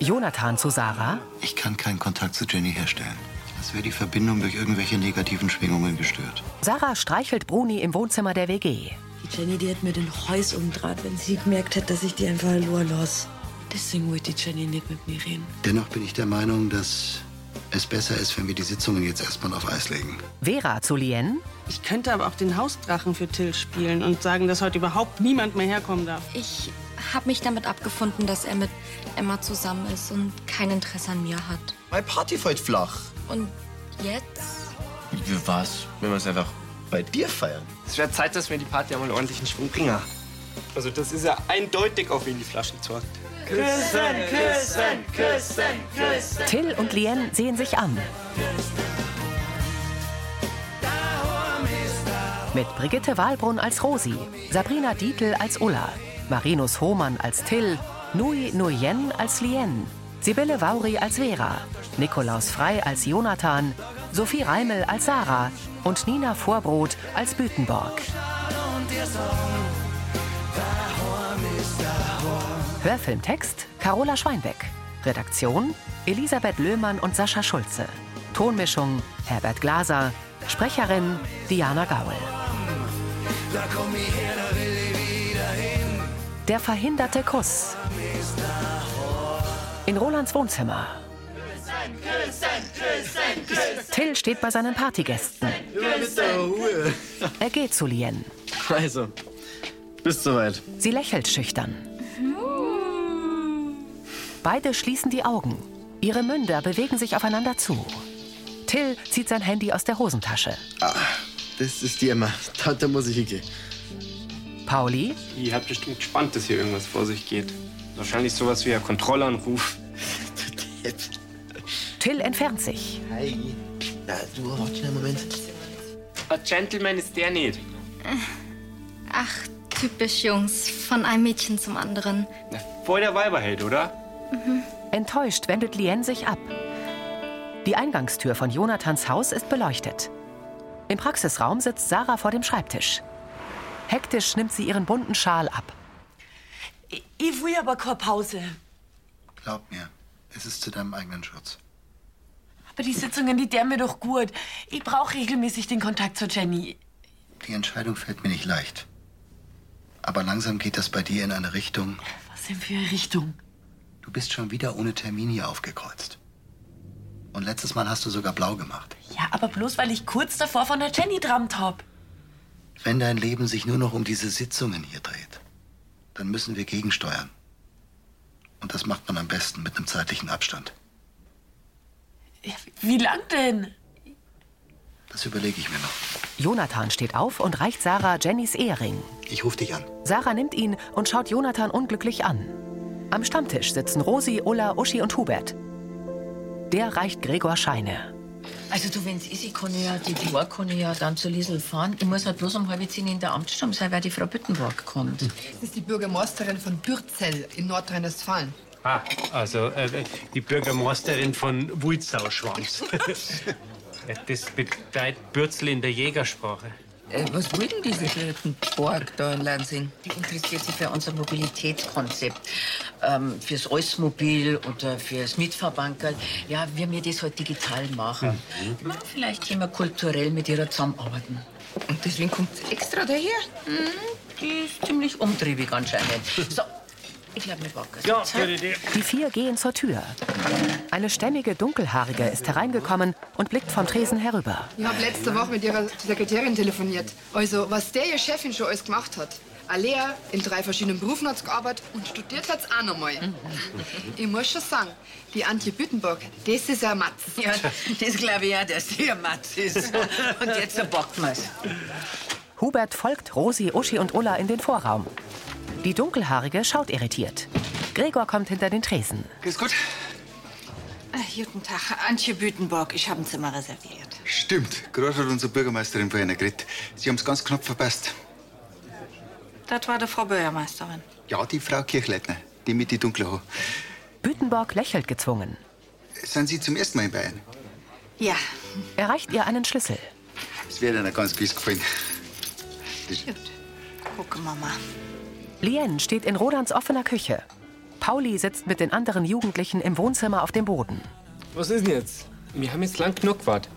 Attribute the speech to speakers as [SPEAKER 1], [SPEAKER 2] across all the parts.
[SPEAKER 1] Jonathan zu Sarah.
[SPEAKER 2] Ich kann keinen Kontakt zu Jenny herstellen. Es wäre die Verbindung durch irgendwelche negativen Schwingungen gestört.
[SPEAKER 1] Sarah streichelt Bruni im Wohnzimmer der WG.
[SPEAKER 3] Die Jenny, die hat mir den Häus umdraht, wenn sie gemerkt hätte, dass ich die einfach nur los. Deswegen wollte die Jenny nicht mit mir reden.
[SPEAKER 2] Dennoch bin ich der Meinung, dass es besser ist, wenn wir die Sitzungen jetzt erstmal auf Eis legen.
[SPEAKER 1] Vera zu Lien.
[SPEAKER 4] Ich könnte aber auch den Hausdrachen für Till spielen und sagen, dass heute überhaupt niemand mehr herkommen darf.
[SPEAKER 5] Ich habe mich damit abgefunden, dass er mit Emma zusammen ist und kein Interesse an mir hat.
[SPEAKER 6] Meine Party fällt flach.
[SPEAKER 5] Und jetzt?
[SPEAKER 6] Wie war's, wenn wir es einfach bei dir feiern?
[SPEAKER 7] Es wäre Zeit, dass wir die Party einmal ordentlich in Schwung bringen. Also das ist ja eindeutig, auf wen die Flaschen zockt.
[SPEAKER 8] Küssen, küssen, küssen, küssen.
[SPEAKER 1] Till und Lien sehen sich an. Mit Brigitte Wahlbrunn als Rosi, Sabrina Dietl als Ulla, Marinus Hohmann als Till, Nui Nuyen als Lien, Sibylle Vauri als Vera, Nikolaus Frei als Jonathan, Sophie Reimel als Sarah und Nina Vorbrot als Bütenborg. Hörfilmtext Carola Schweinbeck. Redaktion Elisabeth Löhmann und Sascha Schulze. Tonmischung Herbert Glaser. Sprecherin Diana Gaul. Der verhinderte Kuss. In Rolands Wohnzimmer. Till steht bei seinen Partygästen. Er geht zu Lien.
[SPEAKER 6] Also, bist soweit.
[SPEAKER 1] Sie lächelt schüchtern. Beide schließen die Augen. Ihre Münder bewegen sich aufeinander zu. Till zieht sein Handy aus der Hosentasche.
[SPEAKER 6] Ah, das ist die Emma. Da, da muss ich hingehen.
[SPEAKER 1] Pauli?
[SPEAKER 7] Die hat bestimmt gespannt, dass hier irgendwas vor sich geht. Wahrscheinlich sowas wie ein Kontrollanruf.
[SPEAKER 1] Till entfernt sich.
[SPEAKER 6] Hi. Na, du, warte einen Moment.
[SPEAKER 7] Ein Gentleman ist der nicht.
[SPEAKER 5] Ach, typisch Jungs. Von einem Mädchen zum anderen. Mhm.
[SPEAKER 7] Na, voll der Weiberheld, oder?
[SPEAKER 1] Enttäuscht wendet Lien sich ab. Die Eingangstür von Jonathans Haus ist beleuchtet. Im Praxisraum sitzt Sarah vor dem Schreibtisch. Hektisch nimmt sie ihren bunten Schal ab.
[SPEAKER 3] Ich, ich will aber keine Pause.
[SPEAKER 2] Glaub mir, es ist zu deinem eigenen Schutz.
[SPEAKER 3] Aber die Sitzungen, die der mir doch gut. Ich brauche regelmäßig den Kontakt zur Jenny.
[SPEAKER 2] Die Entscheidung fällt mir nicht leicht. Aber langsam geht das bei dir in eine Richtung.
[SPEAKER 3] Was denn für eine Richtung?
[SPEAKER 2] Du bist schon wieder ohne Termin hier aufgekreuzt. Und letztes Mal hast du sogar blau gemacht.
[SPEAKER 3] Ja, aber bloß weil ich kurz davor von der Jenny drammt hab.
[SPEAKER 2] Wenn dein Leben sich nur noch um diese Sitzungen hier dreht, dann müssen wir gegensteuern. Und das macht man am besten mit einem zeitlichen Abstand.
[SPEAKER 3] Ja, Wie lang denn?
[SPEAKER 2] Das überlege ich mir noch.
[SPEAKER 1] Jonathan steht auf und reicht Sarah Jennys Ehering.
[SPEAKER 2] Ich rufe dich an.
[SPEAKER 1] Sarah nimmt ihn und schaut Jonathan unglücklich an. Am Stammtisch sitzen Rosi, Ulla, Uschi und Hubert. Der reicht Gregor Scheine.
[SPEAKER 9] Also du, wenn's ist, ich kann ja die Woche kann ich ja dann zu Liesel fahren. Ich muss halt bloß um halb zehn in der Amtsstube sein, weil die Frau Büttenborg kommt.
[SPEAKER 10] Das ist die Bürgermeisterin von Bürzell in Nordrhein-Westfalen.
[SPEAKER 11] Ah, also äh, die Bürgermeisterin von Wulzauschwanz. das bedeutet Bürzel in der Jägersprache.
[SPEAKER 9] Äh, was will denn diese Schlittenborg da in Lansing? Die interessiert sich für unser Mobilitätskonzept, ähm, fürs Eusmobil oder fürs Mietverbankerl. Ja, wir mir das halt digital machen. Na, vielleicht können wir kulturell mit ihrer zusammenarbeiten. Und deswegen kommt sie extra daher? Hm, die ist ziemlich umtriebig anscheinend. So, ich glaube, wir packen es.
[SPEAKER 1] Die vier gehen zur Tür. Eine stämmige Dunkelhaarige ist hereingekommen und blickt vom Tresen herüber.
[SPEAKER 10] Ich habe letzte Woche mit ihrer Sekretärin telefoniert. Also, was der ihr Chefin schon alles gemacht hat. Eine Lehre, in drei verschiedenen Berufen hat sie gearbeitet und studiert hat sie auch noch mal.
[SPEAKER 9] Mhm.
[SPEAKER 10] Ich muss schon sagen, die Antje Büttenburg, das ist ein Matz.
[SPEAKER 9] Ja, das glaube ich ja, dass die ein Matz ist. Und jetzt verbocken wir es.
[SPEAKER 1] Hubert folgt Rosi, Uschi und Ulla in den Vorraum. Die Dunkelhaarige schaut irritiert. Gregor kommt hinter den Tresen.
[SPEAKER 7] Ist gut.
[SPEAKER 12] Ah,
[SPEAKER 13] Guten Tag, Antje Bütenborg. Ich habe ein Zimmer reserviert.
[SPEAKER 2] Stimmt, gerade hat unsere Bürgermeisterin vorhin geredet. Sie haben es ganz knapp verpasst.
[SPEAKER 13] Das war die Frau Bürgermeisterin.
[SPEAKER 2] Ja, die Frau Kirchleitner, die mit die dunkle Haar.
[SPEAKER 1] Bütenborg lächelt gezwungen.
[SPEAKER 2] Sind Sie zum ersten Mal in Bayern?
[SPEAKER 13] Ja.
[SPEAKER 1] Er reicht ihr einen Schlüssel.
[SPEAKER 2] Es wird Ihnen ganz gewiss gefallen.
[SPEAKER 13] Gucken wir mal.
[SPEAKER 1] Lien steht in Rodans offener Küche. Pauli sitzt mit den anderen Jugendlichen im Wohnzimmer auf dem Boden.
[SPEAKER 7] Was ist denn jetzt? Wir haben jetzt lang genug gewartet.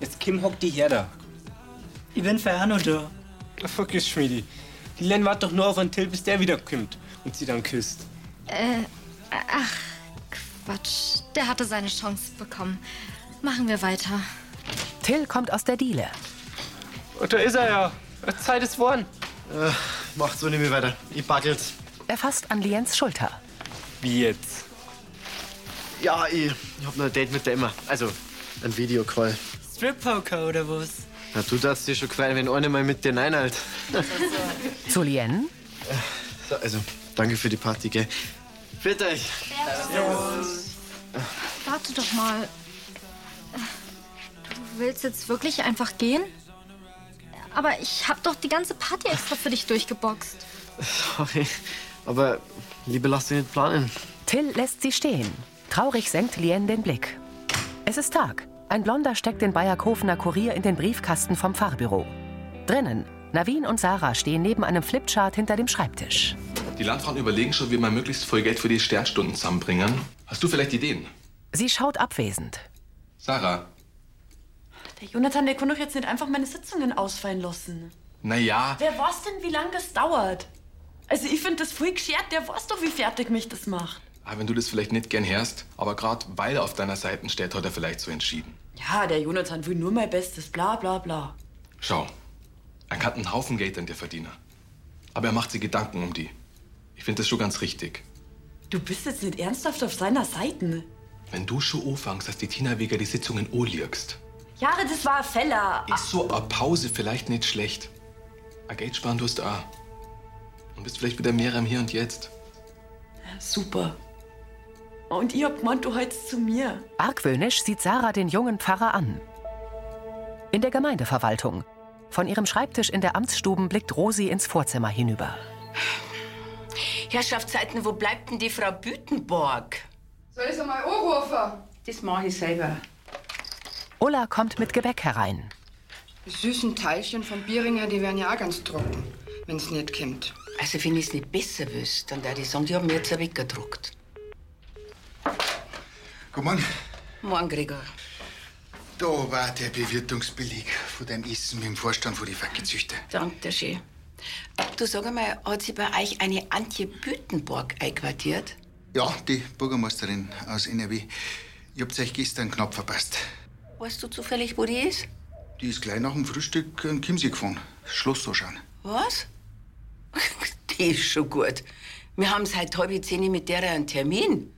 [SPEAKER 7] Jetzt Kim hockt die her da.
[SPEAKER 14] Ich bin für Hanno da.
[SPEAKER 7] Vergiss, Schmiedi. Die Len wartet doch nur auf einen Till, bis der wiederkommt und sie dann küsst.
[SPEAKER 5] Äh, ach, Quatsch. Der hatte seine Chance bekommen. Machen wir weiter.
[SPEAKER 1] Till kommt aus der Diele.
[SPEAKER 7] Und da ist er ja. Zeit ist worden.
[SPEAKER 6] Äh, macht so nicht mehr weiter. Ich backel's.
[SPEAKER 1] Er fasst an Liens Schulter.
[SPEAKER 7] Wie jetzt?
[SPEAKER 6] Ja, ich, ich hab noch ein Date mit der Emma. Also, ein Videocall.
[SPEAKER 14] Strip Poker oder was?
[SPEAKER 6] Na, du darfst dir schon gefallen, wenn einer mal mit dir nein halt.
[SPEAKER 1] Zu Lien?
[SPEAKER 6] So, also, danke für die Party, gell? Bitte euch.
[SPEAKER 5] Warte doch mal. Du willst jetzt wirklich einfach gehen? Aber ich hab doch die ganze Party extra für dich durchgeboxt.
[SPEAKER 6] Sorry. Aber, Liebe, lass dich nicht planen.
[SPEAKER 1] Till lässt sie stehen. Traurig senkt Lien den Blick. Es ist Tag. Ein Blonder steckt den Bayerkofener Kurier in den Briefkasten vom Fahrbüro. Drinnen, Navin und Sarah stehen neben einem Flipchart hinter dem Schreibtisch.
[SPEAKER 15] Die Landfrauen überlegen schon, wie man möglichst voll Geld für die Sternstunden zusammenbringen. Hast du vielleicht Ideen?
[SPEAKER 1] Sie schaut abwesend.
[SPEAKER 15] Sarah,
[SPEAKER 3] Der Jonathan, der kann doch jetzt nicht einfach meine Sitzungen ausfallen lassen.
[SPEAKER 15] naja,
[SPEAKER 3] Wer weiß denn, wie lange das dauert? Also ich finde das voll geschert, der weiß doch, wie fertig mich das macht.
[SPEAKER 15] wenn du das vielleicht nicht gern hörst, aber gerade weil er auf deiner Seite steht, hat er vielleicht so entschieden.
[SPEAKER 3] Ja, der Jonathan will nur mein Bestes, bla bla bla.
[SPEAKER 15] Schau, er kann einen Haufen Geld an dir verdienen. Aber er macht sich Gedanken um die. Ich finde das schon ganz richtig.
[SPEAKER 3] Du bist jetzt nicht ernsthaft auf seiner Seite.
[SPEAKER 15] Wenn du schon anfängst, dass die Tina wegen die Sitzungen anliegst,
[SPEAKER 3] Jahre, das war ein Feller.
[SPEAKER 15] ist so eine Pause vielleicht nicht schlecht. Ein Geld sparen tust du auch. Und bist vielleicht wieder mehr im Hier und Jetzt.
[SPEAKER 3] Super. Und ihr habt gemeint, du heulst zu mir.
[SPEAKER 1] Argwöhnisch sieht Sarah den jungen Pfarrer an. In der Gemeindeverwaltung. Von ihrem Schreibtisch in der Amtsstuben blickt Rosi ins Vorzimmer hinüber.
[SPEAKER 9] Herrschaftszeiten, wo bleibt denn die Frau Bütenborg?
[SPEAKER 10] Soll ich einmal anrufen?
[SPEAKER 9] Das mache ich selber.
[SPEAKER 1] Ulla kommt mit Gebäck herein.
[SPEAKER 10] Die süßen Teilchen von Bieringer, die werden ja auch ganz trocken, wenn's nicht kommt.
[SPEAKER 9] Also, wenn ich es nicht besser wüsste, dann würde ich sagen, die haben mir jetzt weggedruckt.
[SPEAKER 16] Guck mal,
[SPEAKER 9] Morgen, Gregor.
[SPEAKER 16] da war der Bewirtungsbeleg von deinem Essen mit dem Vorstand von die Fackelzüchter.
[SPEAKER 9] Danke schön. Du sag einmal, hat sich bei euch eine Antje Bütenborg einquartiert?
[SPEAKER 16] Ja, die Bürgermeisterin aus NRW. Ihr habt euch gestern knapp verpasst.
[SPEAKER 9] Weißt du zufällig, wo die ist?
[SPEAKER 16] Die ist gleich nach dem Frühstück in Chiemsee gefahren. Schloss anschauen.
[SPEAKER 9] Was? Die ist schon gut. Wir haben seit halb zehn mit der einen Termin.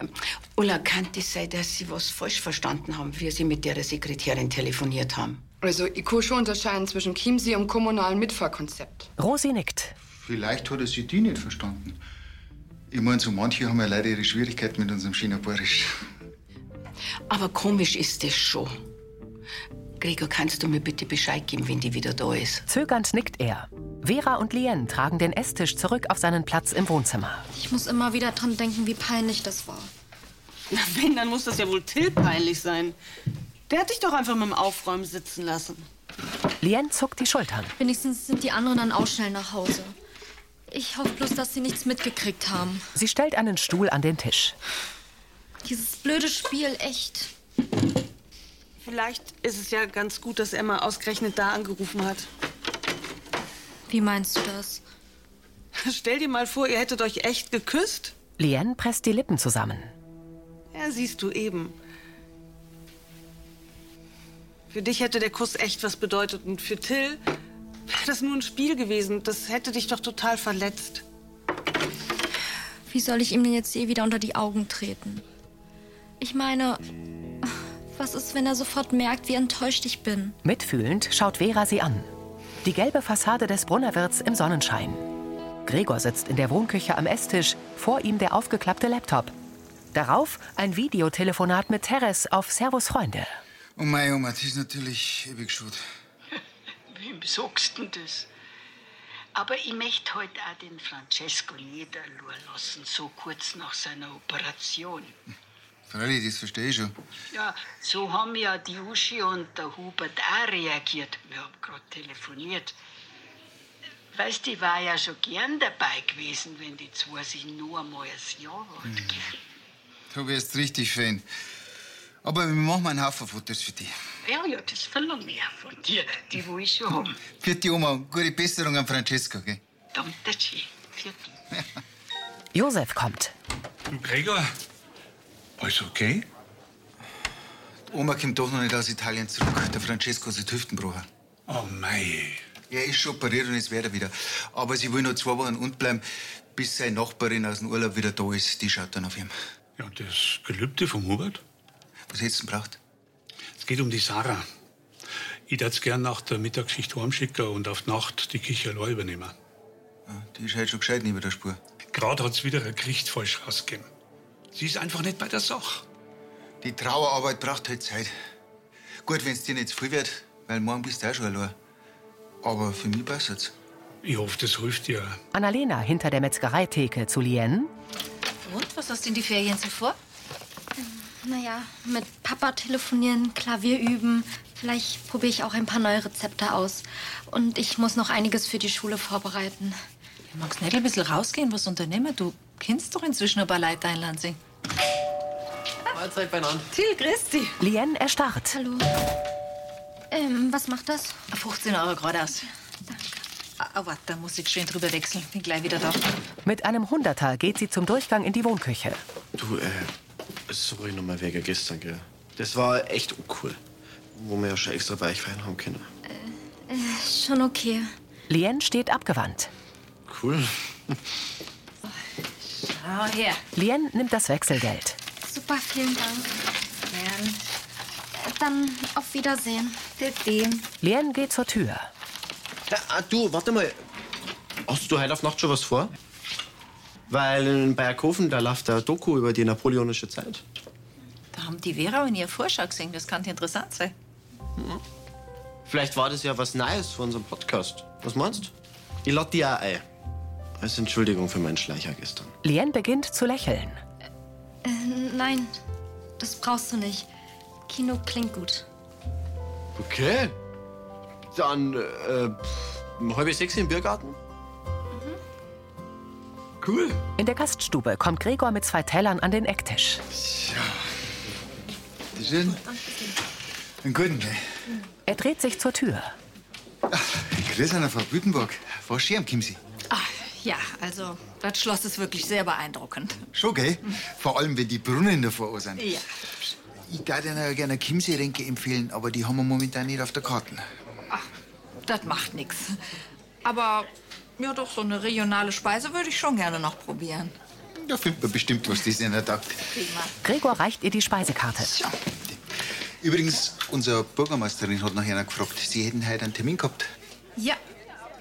[SPEAKER 9] Ähm, Ulla, kann das sein, dass Sie was falsch verstanden haben, wie Sie mit der Sekretärin telefoniert haben?
[SPEAKER 10] Also, ich kann schon unterscheiden zwischen Chiemsee und kommunalem Mitfahrkonzept.
[SPEAKER 1] Rosi nickt.
[SPEAKER 16] Vielleicht hat er sie die nicht verstanden. Ich meine, so manche haben ja leider ihre Schwierigkeiten mit unserem China-Borisch.
[SPEAKER 9] Aber komisch ist das schon. Gregor, kannst du mir bitte Bescheid geben, wenn die wieder da ist?
[SPEAKER 1] Zögernd nickt er. Vera und Lien tragen den Esstisch zurück auf seinen Platz im Wohnzimmer.
[SPEAKER 5] Ich muss immer wieder dran denken, wie peinlich das war.
[SPEAKER 4] Na wenn, dann muss das ja wohl Till peinlich sein. Der hat dich doch einfach mit dem Aufräumen sitzen lassen.
[SPEAKER 1] Lien zuckt die Schultern.
[SPEAKER 5] Wenigstens sind die anderen dann auch schnell nach Hause. Ich hoffe bloß, dass sie nichts mitgekriegt haben.
[SPEAKER 1] Sie stellt einen Stuhl an den Tisch.
[SPEAKER 5] Dieses blöde Spiel, echt.
[SPEAKER 4] Vielleicht ist es ja ganz gut, dass Emma ausgerechnet da angerufen hat.
[SPEAKER 5] Wie meinst du das?
[SPEAKER 4] Stell dir mal vor, ihr hättet euch echt geküsst.
[SPEAKER 1] Lien presst die Lippen zusammen.
[SPEAKER 4] Ja, siehst du eben. Für dich hätte der Kuss echt was bedeutet und für Till wäre das nur ein Spiel gewesen. Das hätte dich doch total verletzt.
[SPEAKER 5] Wie soll ich ihm denn jetzt je wieder unter die Augen treten? Ich meine, was ist, wenn er sofort merkt, wie enttäuscht ich bin?
[SPEAKER 1] Mitfühlend schaut Vera sie an. Die gelbe Fassade des Brunnerwirts im Sonnenschein. Gregor sitzt in der Wohnküche am Esstisch, vor ihm der aufgeklappte Laptop. Darauf ein Videotelefonat mit Teres auf Servus Freunde.
[SPEAKER 16] Oh mein, oh mein, das ist natürlich ewig schuld.
[SPEAKER 17] Wem sagst denn das? Aber ich möchte heute auch den Francesco niederlur lassen, so kurz nach seiner Operation.
[SPEAKER 16] Freilich, das verstehe ich schon.
[SPEAKER 17] Ja, so haben ja die Uschi und der Hubert auch reagiert. Wir haben gerade telefoniert. Weißt du, ich war ja schon gern dabei gewesen, wenn die zwei sich nur einmal ein Jahr
[SPEAKER 14] Hm.
[SPEAKER 17] wollten.
[SPEAKER 18] Du bist richtig schön. Aber wir machen einen Haufen Fotos für dich.
[SPEAKER 17] Ja, ja, das verlange ich auch von dir. Die will ich schon haben.
[SPEAKER 18] Für die Oma, gute Besserung an Francesco, gell?
[SPEAKER 17] Danke schön. Für dich.
[SPEAKER 1] Josef kommt.
[SPEAKER 18] Du Gregor, alles okay? Die Oma kommt doch noch nicht aus Italien zurück. Der Francesco ist Hüftenbrocher. Oh mei. Er ist schon operiert und jetzt wäre er wieder. Aber sie will noch zwei Wochen unten bleiben, bis seine Nachbarin aus dem Urlaub wieder da ist. Die schaut dann auf ihn.
[SPEAKER 19] Ja, das Gelübde vom Hubert?
[SPEAKER 18] Was hättest du denn braucht?
[SPEAKER 19] Es geht um die Sarah. Ich würde gern nach der Mittagsschicht heimschicken und auf die Nacht die Kicherlei übernehmen.
[SPEAKER 18] Die ist halt schon gescheit neben der Spur.
[SPEAKER 19] Gerade hat's wieder ein Gericht falsch rausgegeben. Sie ist einfach nicht bei der Sache.
[SPEAKER 18] Die Trauerarbeit braucht halt Zeit. Gut, wenn's dir nicht zu viel wird, weil morgen bist du auch schon allein. Aber für mich passiert's.
[SPEAKER 19] Ich hoffe, das hilft dir.
[SPEAKER 1] Annalena hinter der Metzgereitheke zu Lien.
[SPEAKER 5] Und, was hast du in die Ferien so vor? Naja, mit Papa telefonieren, Klavier üben. Vielleicht probiere ich auch ein paar neue Rezepte aus. Und ich muss noch einiges für die Schule vorbereiten.
[SPEAKER 12] Du magst nicht ein bisschen rausgehen, was unternehmen? Du kennst doch inzwischen ein paar Leute in Lansing.
[SPEAKER 6] Mahlzeit beieinander.
[SPEAKER 12] Till, grüß dich.
[SPEAKER 1] Lien erstarrt.
[SPEAKER 5] Hallo. Ähm, was macht das?
[SPEAKER 12] 15 Euro geradeaus. Danke. Ah, warte, da muss ich schön drüber wechseln. Bin gleich wieder da.
[SPEAKER 1] Mit einem Hunderter geht sie zum Durchgang in die Wohnküche.
[SPEAKER 6] Du, äh, sorry nochmal wegen gestern, gell? Das war echt uncool. Wo wir ja schon extra Weichwein haben können.
[SPEAKER 5] Äh, schon okay.
[SPEAKER 1] Lien steht abgewandt.
[SPEAKER 6] Cool.
[SPEAKER 12] Schau her.
[SPEAKER 1] Lien nimmt das Wechselgeld.
[SPEAKER 5] Super, vielen Dank. Gern. Dann auf Wiedersehen.
[SPEAKER 1] Lien geht zur Tür.
[SPEAKER 6] Ja, ah, du, warte mal. Hast du heute auf Nacht schon was vor? Weil in Bayerkofen, da läuft der Doku über die napoleonische Zeit.
[SPEAKER 12] Da haben die Vera in ihrer Vorschau gesehen. Das kann interessant sein.
[SPEAKER 6] Vielleicht war das ja was Neues für unseren Podcast. Was meinst du? Ich lade die auch ein. Als Entschuldigung für meinen Schleicher gestern.
[SPEAKER 1] Lien beginnt zu lächeln.
[SPEAKER 5] Äh, nein, das brauchst du nicht. Kino klingt gut.
[SPEAKER 6] Okay. Dann äh, um halb sechs im Biergarten? Cool.
[SPEAKER 1] In der Gaststube kommt Gregor mit zwei Tellern an den Ecktisch.
[SPEAKER 16] Schön. Einen guten. gell?
[SPEAKER 1] Er dreht sich zur Tür.
[SPEAKER 16] Grüß einer Frau Bütenburg. Frau Schirm, kommen Sie.
[SPEAKER 12] Ja, also, das Schloss ist wirklich sehr beeindruckend.
[SPEAKER 16] Schon, gell? Vor allem, wenn die Brunnen davor sind.
[SPEAKER 12] Ja.
[SPEAKER 16] Ich darf Ihnen ja gerne eine Chiemsee-Ränke empfehlen, aber die haben wir momentan nicht auf der Karte.
[SPEAKER 12] Das macht nichts. Aber ja, doch, so eine regionale Speise würde ich schon gerne noch probieren.
[SPEAKER 16] Da findet man bestimmt was, das Ihnen taugt.
[SPEAKER 12] Prima.
[SPEAKER 1] Gregor reicht ihr die Speisekarte.
[SPEAKER 16] Übrigens, unsere Bürgermeisterin hat nachher noch gefragt, Sie hätten heute einen Termin gehabt.
[SPEAKER 12] Ja,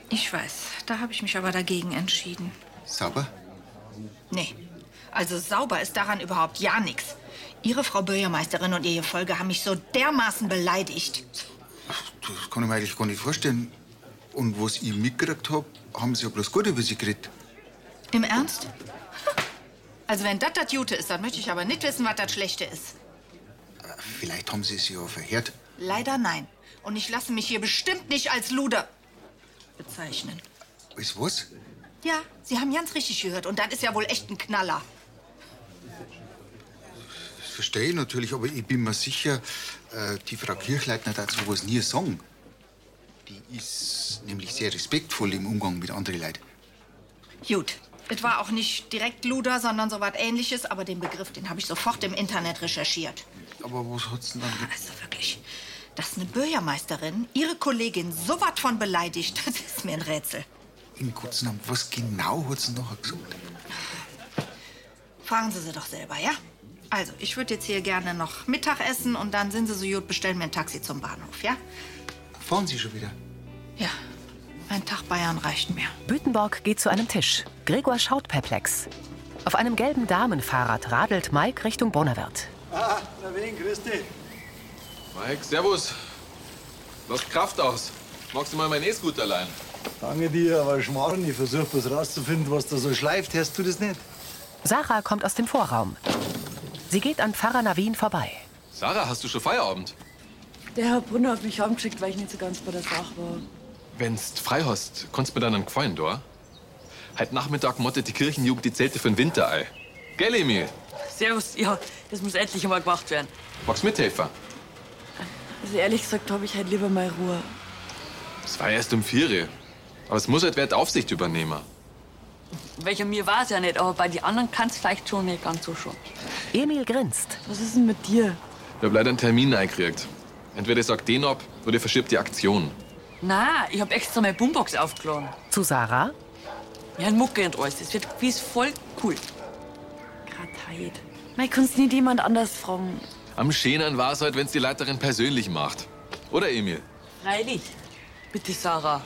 [SPEAKER 12] ich weiß. Da habe ich mich aber dagegen entschieden.
[SPEAKER 16] Sauber?
[SPEAKER 12] Nee. Also sauber ist daran überhaupt ja nichts. Ihre Frau Bürgermeisterin und ihr Gefolge haben mich so dermaßen beleidigt.
[SPEAKER 16] Das kann ich mir eigentlich gar nicht vorstellen. Und was ich mitgekriegt habe, haben Sie ja bloß gut über Sie geredet.
[SPEAKER 12] Im Ernst? Also wenn das das Jute ist, dann möchte ich aber nicht wissen, was das Schlechte ist.
[SPEAKER 16] Vielleicht haben Sie es ja verhört.
[SPEAKER 12] Leider nein. Und ich lasse mich hier bestimmt nicht als Luder bezeichnen.
[SPEAKER 16] Ist was?
[SPEAKER 12] Ja, Sie haben ganz richtig gehört. Und das ist ja wohl echt ein Knaller.
[SPEAKER 16] Das verstehe ich natürlich, aber ich bin mir sicher, äh, die Frau Kirchleitner darf sowas nie sagen. Die ist nämlich sehr respektvoll im Umgang mit anderen Leuten.
[SPEAKER 12] Gut. Es war auch nicht direkt Luder, sondern so was ähnliches, aber den Begriff, den habe ich sofort im Internet recherchiert.
[SPEAKER 16] Aber was hat's denn dann...
[SPEAKER 12] Also wirklich, dass eine Bürgermeisterin ihre Kollegin so was von beleidigt, das ist mir ein Rätsel.
[SPEAKER 16] In kurzen Namen, was genau hat's denn nachher gesagt?
[SPEAKER 12] Fragen Sie sie doch selber, ja? Also, ich würde jetzt hier gerne noch Mittag essen und dann sind Sie so gut, bestellen mir ein Taxi zum Bahnhof, ja?
[SPEAKER 16] Fahren Sie schon wieder?
[SPEAKER 12] Ja, ein Tag Bayern reicht mir.
[SPEAKER 1] Bütenborg geht zu einem Tisch. Gregor schaut perplex. Auf einem gelben Damenfahrrad radelt Mike Richtung Bonnerwirt.
[SPEAKER 20] Ah, na wen, grüß dich.
[SPEAKER 15] Mike, servus. Läuft Kraft aus. Magst du mal meinen E-Scooter leihen?
[SPEAKER 20] Danke dir, aber Schmarrn, ich versuche was rauszufinden, was da so schleift. Hörst du das nicht?
[SPEAKER 1] Sarah kommt aus dem Vorraum. Sie geht an Pfarrer Navin vorbei.
[SPEAKER 15] Sarah, hast du schon Feierabend?
[SPEAKER 21] Der Herr Brunner hat mich heimgeschickt, weil ich nicht so ganz bei der Sache war.
[SPEAKER 15] Wenn's frei hast, kannst mir dann einen Gefallen, da? Heute Nachmittag mottet die Kirchenjugend die Zelte für den Winter ein. Gell, Emil?
[SPEAKER 3] Servus, ja, das muss endlich einmal gemacht werden.
[SPEAKER 15] Magst mithelfen?
[SPEAKER 3] Also ehrlich gesagt habe ich halt lieber mal Ruhe.
[SPEAKER 15] Es war erst um vier. Aber es muss halt wer die Aufsicht übernehmen.
[SPEAKER 3] Welcher mir war es ja nicht, aber bei den anderen kann es vielleicht schon nicht ganz so schon.
[SPEAKER 1] Emil grinst.
[SPEAKER 3] Was ist denn mit dir?
[SPEAKER 15] Ich hab leider einen Termin eingekriegt. Entweder ich sag den ab oder ich verschieb die Aktion.
[SPEAKER 3] Na, ich hab extra meine Boombox aufgeladen.
[SPEAKER 1] Zu Sarah.
[SPEAKER 3] Wir haben Mucke und alles. Das wird Quiz voll cool. Gerade heute. Man kann's nicht jemand anders fragen.
[SPEAKER 15] Am schönsten war's halt, wenn's die Leiterin persönlich macht. Oder, Emil?
[SPEAKER 3] Freilich. Bitte, Sarah.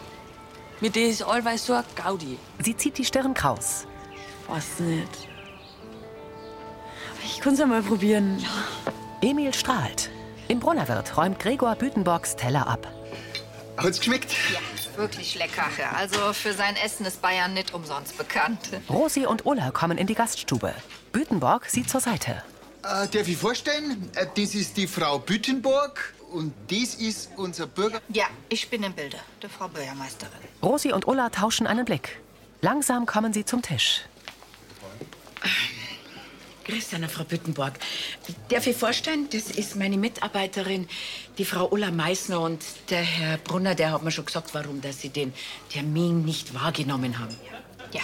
[SPEAKER 3] Mit der ist allweil so ein Gaudi.
[SPEAKER 1] Sie zieht die Stirn kraus.
[SPEAKER 3] Was nicht. Ich kann's ja mal probieren.
[SPEAKER 1] Emil strahlt. Im Brunnerwirt räumt Gregor Bütenborgs Teller ab.
[SPEAKER 16] Hat's geschmeckt?
[SPEAKER 12] Wirklich lecker. Also für sein Essen ist Bayern nicht umsonst bekannt.
[SPEAKER 1] Rosi und Ulla kommen in die Gaststube. Bütenborg sieht zur Seite.
[SPEAKER 16] Äh, darf ich vorstellen? Äh, das ist die Frau Büttenburg und das ist unser Bürger.
[SPEAKER 22] Ja, ich bin im Bilde, der Frau Bürgermeisterin.
[SPEAKER 1] Rosi und Ulla tauschen einen Blick. Langsam kommen sie zum Tisch.
[SPEAKER 9] Grüß Anna, Frau Büttenborg. Darf ich vorstellen, das ist meine Mitarbeiterin, die Frau Ulla Meissner und der Herr Brunner, der hat mir schon gesagt, warum, dass Sie den Termin nicht wahrgenommen haben.
[SPEAKER 22] Ja,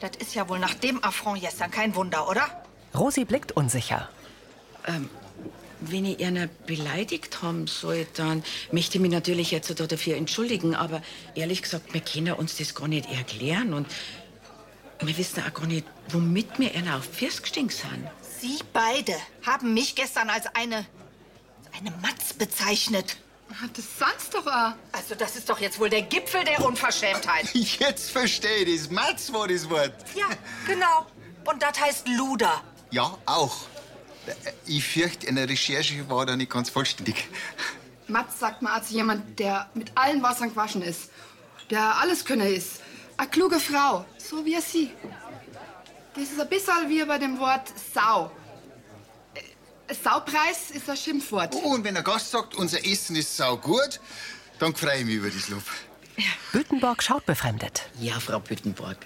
[SPEAKER 22] das ist ja wohl nach dem Affront gestern kein Wunder, oder?
[SPEAKER 1] Rosi blickt unsicher.
[SPEAKER 9] Ähm, wenn ich einer beleidigt haben soll, dann möchte ich mich natürlich jetzt da dafür entschuldigen, aber ehrlich gesagt, wir können uns das gar nicht erklären und wir wissen auch gar nicht, womit wir einer auf Pfirs gestiegen sind.
[SPEAKER 22] Sie beide haben mich gestern als eine, als eine Matz bezeichnet.
[SPEAKER 10] Das sonst doch
[SPEAKER 12] ah.
[SPEAKER 10] auch.
[SPEAKER 22] Also das ist doch jetzt wohl der Gipfel der Unverschämtheit.
[SPEAKER 16] Jetzt verstehe ich das. Matz war das Wort.
[SPEAKER 22] Ja, genau. Und das heißt Luder.
[SPEAKER 16] Ja, auch. Äh, Ich fürchte, in der Recherche war da nicht ganz vollständig.
[SPEAKER 10] Matz sagt mal also jemand, der mit allen Wassern gewaschen ist, der Alleskönner ist, eine kluge Frau, so wie er sie. Das ist ein bisschen wie bei dem Wort Sau. Äh, Saupreis ist ein Schimpfwort.
[SPEAKER 16] Oh, Und wenn der Gast sagt, unser Essen ist saugut, dann freue ich mich über das Lob.
[SPEAKER 1] Bütenborg schaut befremdet.
[SPEAKER 9] Ja, Frau Büttenborg,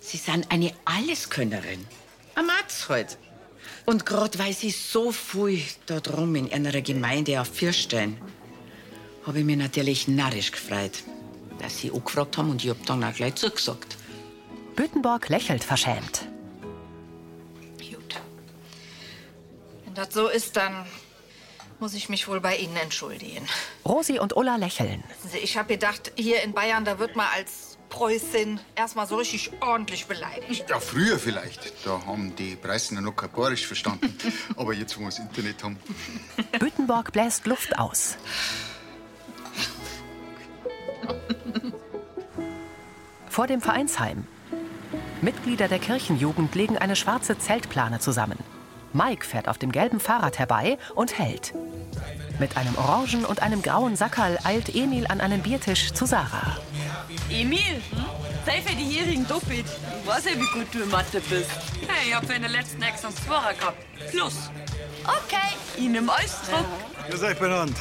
[SPEAKER 9] Sie sind eine Alleskönnerin. Am Arzt heute. Und gerade weil Sie so viel dort rum in einer Gemeinde auf Pfirs stehen, habe ich mich natürlich narrisch gefreut, dass Sie angefragt haben und ich habe dann auch gleich zugesagt.
[SPEAKER 1] Bütenborg lächelt verschämt.
[SPEAKER 12] Wenn das so ist, dann muss ich mich wohl bei Ihnen entschuldigen.
[SPEAKER 1] Rosi und Ulla lächeln.
[SPEAKER 12] Wissen Sie, Ich habe gedacht, hier in Bayern, da wird man als Preußin erstmal so richtig ordentlich beleidigt.
[SPEAKER 16] Ja, früher vielleicht. Da haben die Preisen noch kein Bayerisch verstanden. Aber jetzt, wo wir das Internet haben.
[SPEAKER 1] Bütenborg bläst Luft aus. Vor dem Vereinsheim. Mitglieder der Kirchenjugend legen eine schwarze Zeltplane zusammen. Mike fährt auf dem gelben Fahrrad herbei und hält. Mit einem orangen und einem grauen Sackerl eilt Emil an einen Biertisch zu Sarah.
[SPEAKER 23] Emil, hm? sei für die Jährigen doppelt. Ich weiß ja, wie gut du in Mathe bist. Hey, ich hab für den letzten Exams Zweier gehabt. Plus. Okay. Ich nehm alles zurück.
[SPEAKER 20] Grüß euch benannt.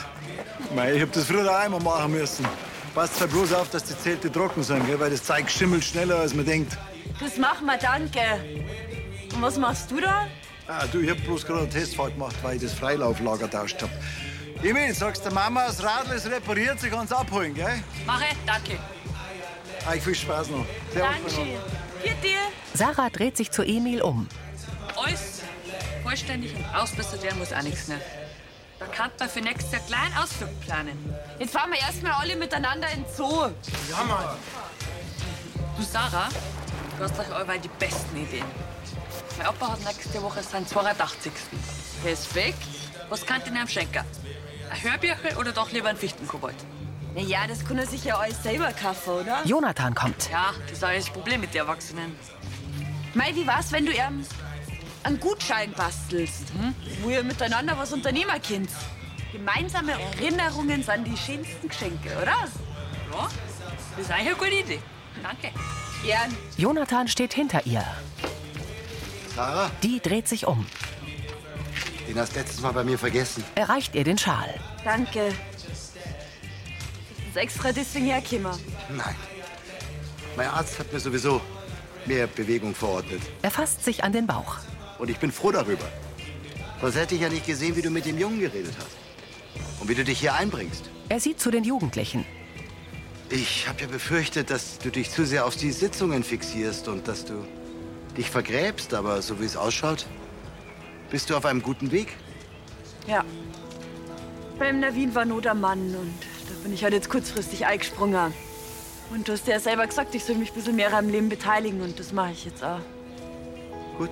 [SPEAKER 20] Mei, ich hab das früher auch einmal machen müssen. Passt halt bloß auf, dass die Zelte trocken sind, gell? weil das Zeug schimmelt schneller, als man denkt.
[SPEAKER 23] Das machen wir, danke. Und was machst du da?
[SPEAKER 20] Ah, du, ich hab bloß gerade eine Testfahrt gemacht, weil ich das Freilauflager tauscht hab. Emil, sagst der Mama, das Radl ist repariert, sie kann's abholen, gell?
[SPEAKER 23] Mache, danke.
[SPEAKER 20] Euch viel Spaß noch.
[SPEAKER 23] Danke. Hier dir.
[SPEAKER 1] Sarah dreht sich zu Emil um.
[SPEAKER 23] Alles vollständig und ausbessert werden muss auch nichts mehr. Da kann man für nächstes Jahr kleinen Ausflug planen. Jetzt fahren wir erstmal alle miteinander in den Zoo. Ja, Mann. Du, Sarah, du hast doch allweil die besten Ideen. Mein Opa hat nächste Woche seinen 82. Der ist weg. Was kann denn am Schenker? Ein Hörbirchel oder doch lieber ein Fichtenkobold?
[SPEAKER 3] Na ja, das kann er sich ja alles selber kaufen, oder?
[SPEAKER 1] Jonathan kommt.
[SPEAKER 23] Ja, das ist alles das Problem mit den Erwachsenen. Mei, wie war's, wenn du ihm einen Gutschein bastelst? Hm? Wo ihr miteinander was unternehmen könnt. Gemeinsame Erinnerungen sind die schönsten Geschenke, oder? Ja, das ist eigentlich eine gute Idee. Danke. Gern.
[SPEAKER 1] Jonathan steht hinter ihr.
[SPEAKER 24] Sarah,
[SPEAKER 1] Die dreht sich um,
[SPEAKER 24] den hast du letztes Mal bei mir vergessen.
[SPEAKER 1] erreicht ihr den Schal.
[SPEAKER 23] Danke.
[SPEAKER 25] jetzt extra deswegen hergekommen.
[SPEAKER 24] Nein. Mein Arzt hat mir sowieso mehr Bewegung verordnet.
[SPEAKER 1] Er fasst sich an den Bauch.
[SPEAKER 24] Und ich bin froh darüber. Sonst hätte ich ja nicht gesehen, wie du mit dem Jungen geredet hast. Und wie du dich hier einbringst.
[SPEAKER 1] Er sieht zu den Jugendlichen.
[SPEAKER 24] Ich habe ja befürchtet, dass du dich zu sehr auf die Sitzungen fixierst und dass du dich vergräbst. Aber so wie es ausschaut, bist du auf einem guten Weg.
[SPEAKER 25] Ja. Beim Navin war Not am Mann und da bin ich halt jetzt kurzfristig eingesprungen. Und du hast ja selber gesagt, ich soll mich ein bisschen mehr am Leben beteiligen und das mache ich jetzt auch.
[SPEAKER 24] Gut.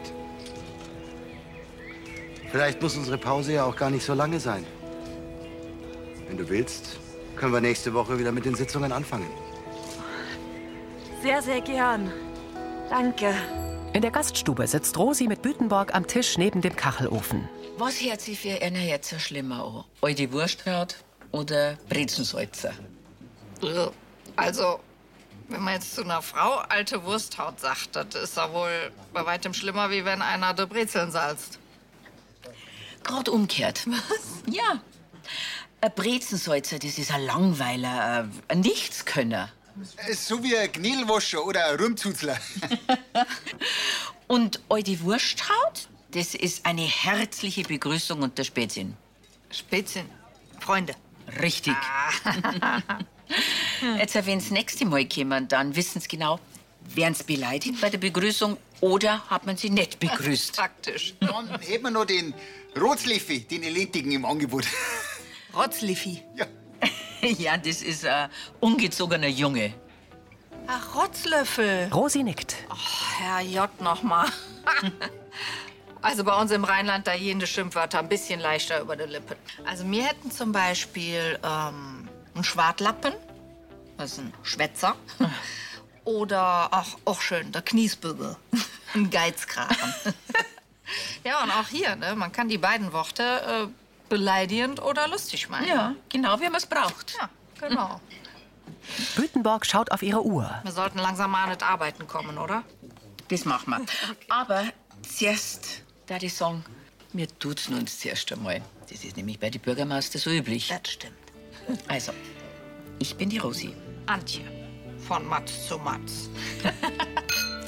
[SPEAKER 24] Vielleicht muss unsere Pause ja auch gar nicht so lange sein. Wenn du willst, können wir nächste Woche wieder mit den Sitzungen anfangen.
[SPEAKER 25] Sehr, sehr gern. Danke.
[SPEAKER 1] In der Gaststube sitzt Rosi mit Bütenborg am Tisch neben dem Kachelofen.
[SPEAKER 9] Was hört sich für einer jetzt so schlimmer an? Alte Wurstkraut oder Brezensalzer?
[SPEAKER 12] Äh, Also, wenn man jetzt zu einer Frau alte Wursthaut sagt, das ist ja wohl bei weitem schlimmer, wie wenn einer die Brezeln salzt.
[SPEAKER 9] Gerade umgekehrt. Was? Ja. Ein Brezensalzer, das ist ein Langweiler, ein Nichtskönner.
[SPEAKER 16] Äh, So wie ein Gnilwascher oder ein Rümzuzler.
[SPEAKER 9] Und alte Wursthaut, das ist eine herzliche Begrüßung unter Spätzinn. Spätzinn, Freunde. Ah. Richtig. Jetzt, wenn's nächste Mal kommen, dann wissen's genau, werden's beleidigt bei der Begrüßung oder hat man sie nicht begrüßt.
[SPEAKER 12] Praktisch.
[SPEAKER 16] Dann hätten wir noch den Rotzliffi, den Elitigen im Angebot.
[SPEAKER 9] Rotzliffi? Ja. ja, das ist ein ungezogener Junge.
[SPEAKER 12] Ach, Rotzlöffel. Oh,
[SPEAKER 1] Rosi nickt.
[SPEAKER 12] Herr J. nochmal. Also bei uns im Rheinland da jene Schimpfwörter ein bisschen leichter über die Lippen. Also mir hätten zum Beispiel ähm, ein Schwartlappen, das ist ein Schwätzer, oder ach, auch schön, der Kniesbügel, ein Geizkragen. ja, und auch hier, ne, man kann die beiden Worte äh, beleidigend oder lustig meinen.
[SPEAKER 9] Ja, genau, wie man es braucht.
[SPEAKER 12] Ja, genau.
[SPEAKER 1] Bütenborg schaut auf ihre Uhr.
[SPEAKER 12] Wir sollten langsam mal an das Arbeiten kommen, oder?
[SPEAKER 9] Das machen wir. Aber zuerst da die Song. Wir duzen uns zuerst einmal. Das ist nämlich bei den Bürgermeister so üblich. Das stimmt. Also, ich bin die Rosi.
[SPEAKER 12] Antje. Von Matz zu Matz.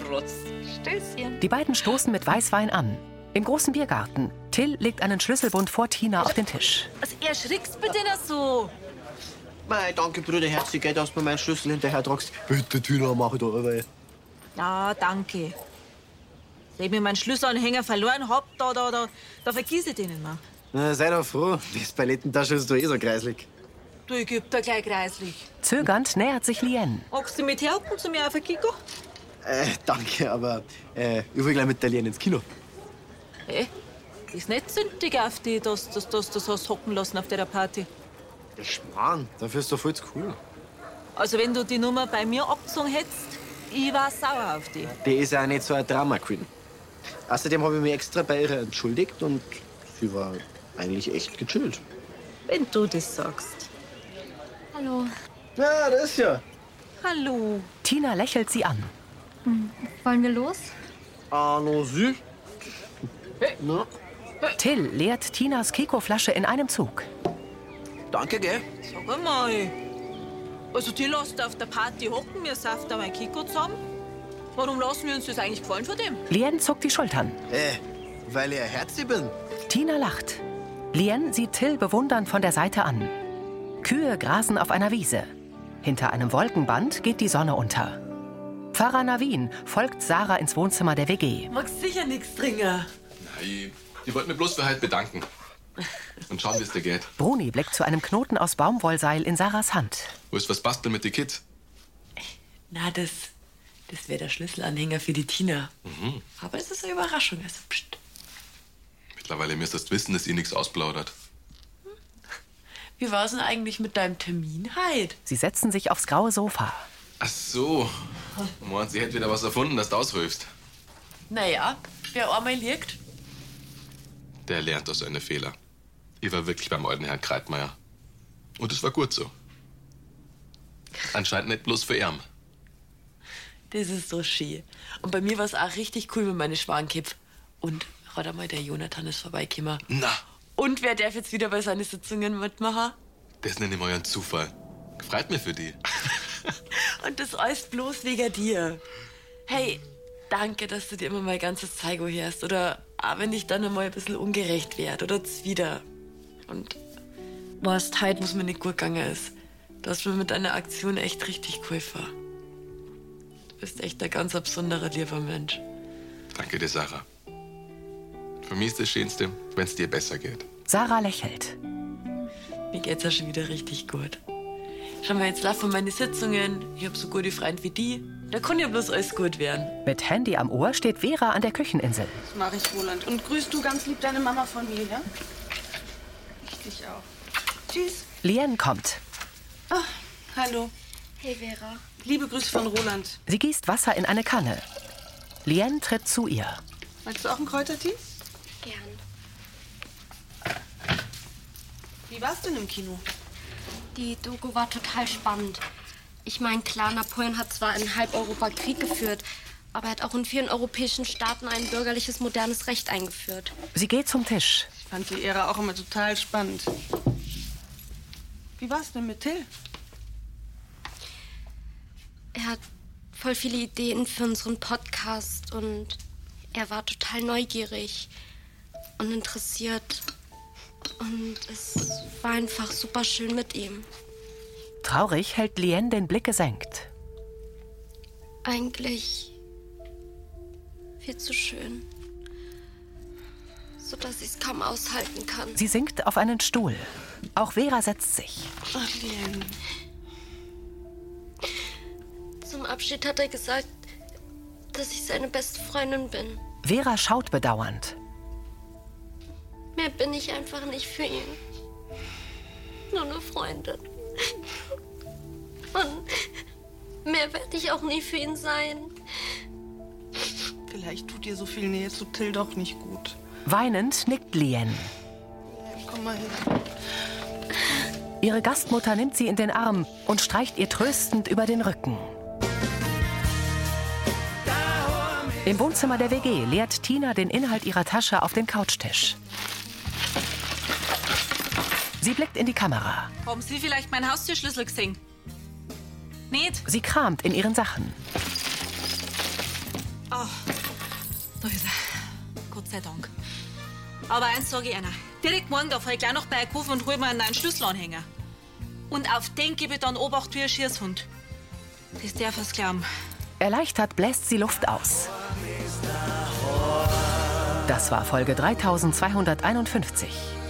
[SPEAKER 9] Trotz.
[SPEAKER 12] Stößchen.
[SPEAKER 1] Die beiden stoßen mit Weißwein an. Im großen Biergarten. Till legt einen Schlüsselbund vor Tina auf den Tisch.
[SPEAKER 25] Also erschrickst bitte nicht so.
[SPEAKER 6] Mei, danke, Brüder, herzlich geht, dass du mir meinen Schlüssel hinterher tragst. Bitte, Tina, mach ich da rüber.
[SPEAKER 11] Na, danke. Wenn ich mir meinen Schlüsselanhänger verloren hab, da, da, da, da vergiss ich den nicht mehr.
[SPEAKER 6] Na, sei doch froh, das Palettentasche ist doch eh so kreislig.
[SPEAKER 11] Du, ich geb dir gleich kreislich.
[SPEAKER 1] Zögernd nähert sich Lien.
[SPEAKER 11] Magst du mit herkommen zu mir auf den Kiko?
[SPEAKER 6] Äh, danke, aber äh, ich will gleich mit der Lien ins Kino.
[SPEAKER 11] Hä? Ist nicht sündig auf dich, dass du dass, dass, das hast hocken lassen auf der Party.
[SPEAKER 6] Mann, dafür ist doch voll zu cool.
[SPEAKER 11] Also, wenn du die Nummer bei mir abgezogen hättest, ich war sauer auf dich.
[SPEAKER 6] Die ist ja auch nicht so eine Drama Queen. Außerdem habe ich mich extra bei ihr entschuldigt und sie war eigentlich echt gechillt.
[SPEAKER 11] Wenn du das sagst.
[SPEAKER 5] Hallo.
[SPEAKER 6] Ja, das ist ja.
[SPEAKER 11] Hallo.
[SPEAKER 1] Tina lächelt sie an.
[SPEAKER 5] Hm, Wollen wir los?
[SPEAKER 6] Ah, no süß. Na,
[SPEAKER 1] Till leert Tinas Kiko-Flasche in einem Zug.
[SPEAKER 6] danke, gell?
[SPEAKER 11] Sag einmal. Also, die lässt auf der Party hocken, wir saufen da mal Kiko zusammen. Warum lassen wir uns das eigentlich gefallen von dem?
[SPEAKER 1] Lien zuckt die Schultern.
[SPEAKER 6] Äh, weil ich ein Herzi bin.
[SPEAKER 1] Tina lacht. Lien sieht Till bewundernd von der Seite an. Kühe grasen auf einer Wiese. Hinter einem Wolkenband geht die Sonne unter. Pfarrer Navin folgt Sarah ins Wohnzimmer der WG.
[SPEAKER 11] Magst sicher nichts trinken.
[SPEAKER 15] Nein, ich wollte mir bloß für heute bedanken. Und schauen, wie es dir geht.
[SPEAKER 1] Bruni blickt zu einem Knoten aus Baumwollseil in Sarahs Hand.
[SPEAKER 15] Willst du was basteln mit den Kids?
[SPEAKER 3] Na, das, das wäre der Schlüsselanhänger für die Tina.
[SPEAKER 15] Mhm.
[SPEAKER 3] Aber es ist eine Überraschung. Also, pst.
[SPEAKER 15] Mittlerweile müsstest du wissen, dass ihr nichts ausplaudert.
[SPEAKER 3] Wie war es denn eigentlich mit deinem Termin heute?
[SPEAKER 1] Sie setzen sich aufs graue Sofa.
[SPEAKER 15] Ach so. Mann, sie hätte wieder was erfunden, dass du aushilfst.
[SPEAKER 3] Naja, wer einmal liegt.
[SPEAKER 15] Der lernt aus seinen Fehler. Ich war wirklich beim alten Herrn Kreitmeier. Und es war gut so. Anscheinend nicht bloß für ihn.
[SPEAKER 3] Das ist so schön. Und bei mir war es auch richtig cool mit meinen Schwankipp. Und rat mal, der Jonathan ist vorbeigekommen.
[SPEAKER 15] Na,
[SPEAKER 3] Und wer darf jetzt wieder bei seinen Sitzungen mitmachen?
[SPEAKER 15] das nenne ich mal einen Zufall. Freut mich für die.
[SPEAKER 3] Und das alles bloß wegen dir. Hey, danke, dass du dir immer mein ganzes Zeigo hörst. Oder auch wenn ich dann einmal ein bisschen ungerecht werd oder zwider. Und warst halt, wo es mir nicht gut gegangen ist. Du hast mir mit deiner Aktion echt richtig geholfen. Du bist echt ein ganz besonderer, lieber Mensch.
[SPEAKER 15] Danke dir, Sarah. Für mich ist das Schönste, wenn es dir besser geht.
[SPEAKER 1] Sarah lächelt.
[SPEAKER 3] Mir geht's ja schon wieder richtig gut. Schau mal, jetzt laufen meine Sitzungen. Ich hab so gute Freunde wie die. Da kann ja bloß alles gut werden.
[SPEAKER 1] Mit Handy am Ohr steht Vera an der Kücheninsel.
[SPEAKER 4] Das mache ich, Roland. Und grüß du ganz lieb deine Mama von mir, ja? Ich dich auch. Tschüss.
[SPEAKER 1] Lien kommt.
[SPEAKER 4] Ah, hallo.
[SPEAKER 5] Hey, Vera.
[SPEAKER 4] Liebe Grüße von Roland.
[SPEAKER 1] Sie gießt Wasser in eine Kanne. Lien tritt zu ihr.
[SPEAKER 4] Magst du auch einen Kräutertee?
[SPEAKER 5] Gern.
[SPEAKER 4] Wie war's denn im Kino?
[SPEAKER 5] Die Doku war total spannend. Ich meine, klar, Napoleon hat zwar in halb Europa Krieg geführt, aber er hat auch in vielen europäischen Staaten ein bürgerliches, modernes Recht eingeführt.
[SPEAKER 1] Sie geht zum Tisch.
[SPEAKER 4] Ich fand die Ära auch immer total spannend. Wie war's denn mit Till?
[SPEAKER 5] Er hat voll viele Ideen für unseren Podcast und er war total neugierig und interessiert. Und es war einfach super schön mit ihm.
[SPEAKER 1] Traurig hält Lien den Blick gesenkt.
[SPEAKER 5] Eigentlich viel zu schön, sodass ich es kaum aushalten kann.
[SPEAKER 1] Sie sinkt auf einen Stuhl. Auch Vera setzt sich.
[SPEAKER 5] Ach, Lien. Zum Abschied hat er gesagt, dass ich seine beste Freundin bin.
[SPEAKER 1] Vera schaut bedauernd.
[SPEAKER 5] Mehr bin ich einfach nicht für ihn. Nur eine Freundin. Und mehr werde ich auch nie für ihn sein.
[SPEAKER 4] Vielleicht tut dir so viel Nähe zu Till doch nicht gut.
[SPEAKER 1] Weinend nickt Lien.
[SPEAKER 4] Komm mal hin.
[SPEAKER 1] Ihre Gastmutter nimmt sie in den Arm und streicht ihr tröstend über den Rücken. Im Wohnzimmer der WG leert Tina den Inhalt ihrer Tasche auf den Couchtisch. Sie blickt in die Kamera.
[SPEAKER 11] Haben Sie vielleicht meinen Haustürschlüssel gesehen? Nicht?
[SPEAKER 1] Sie kramt in ihren Sachen.
[SPEAKER 11] Oh, da ist er. Gott sei Dank. Aber eins sage ich einer. Direkt morgen da fahr ich gleich noch bei Kofen und hol mir einen neuen Schlüsselanhänger. Und auf den gebe ich dann Obacht wie ein Schiershund. Das darf es glauben.
[SPEAKER 1] Erleichtert bläst sie Luft aus. Das war Folge 3251.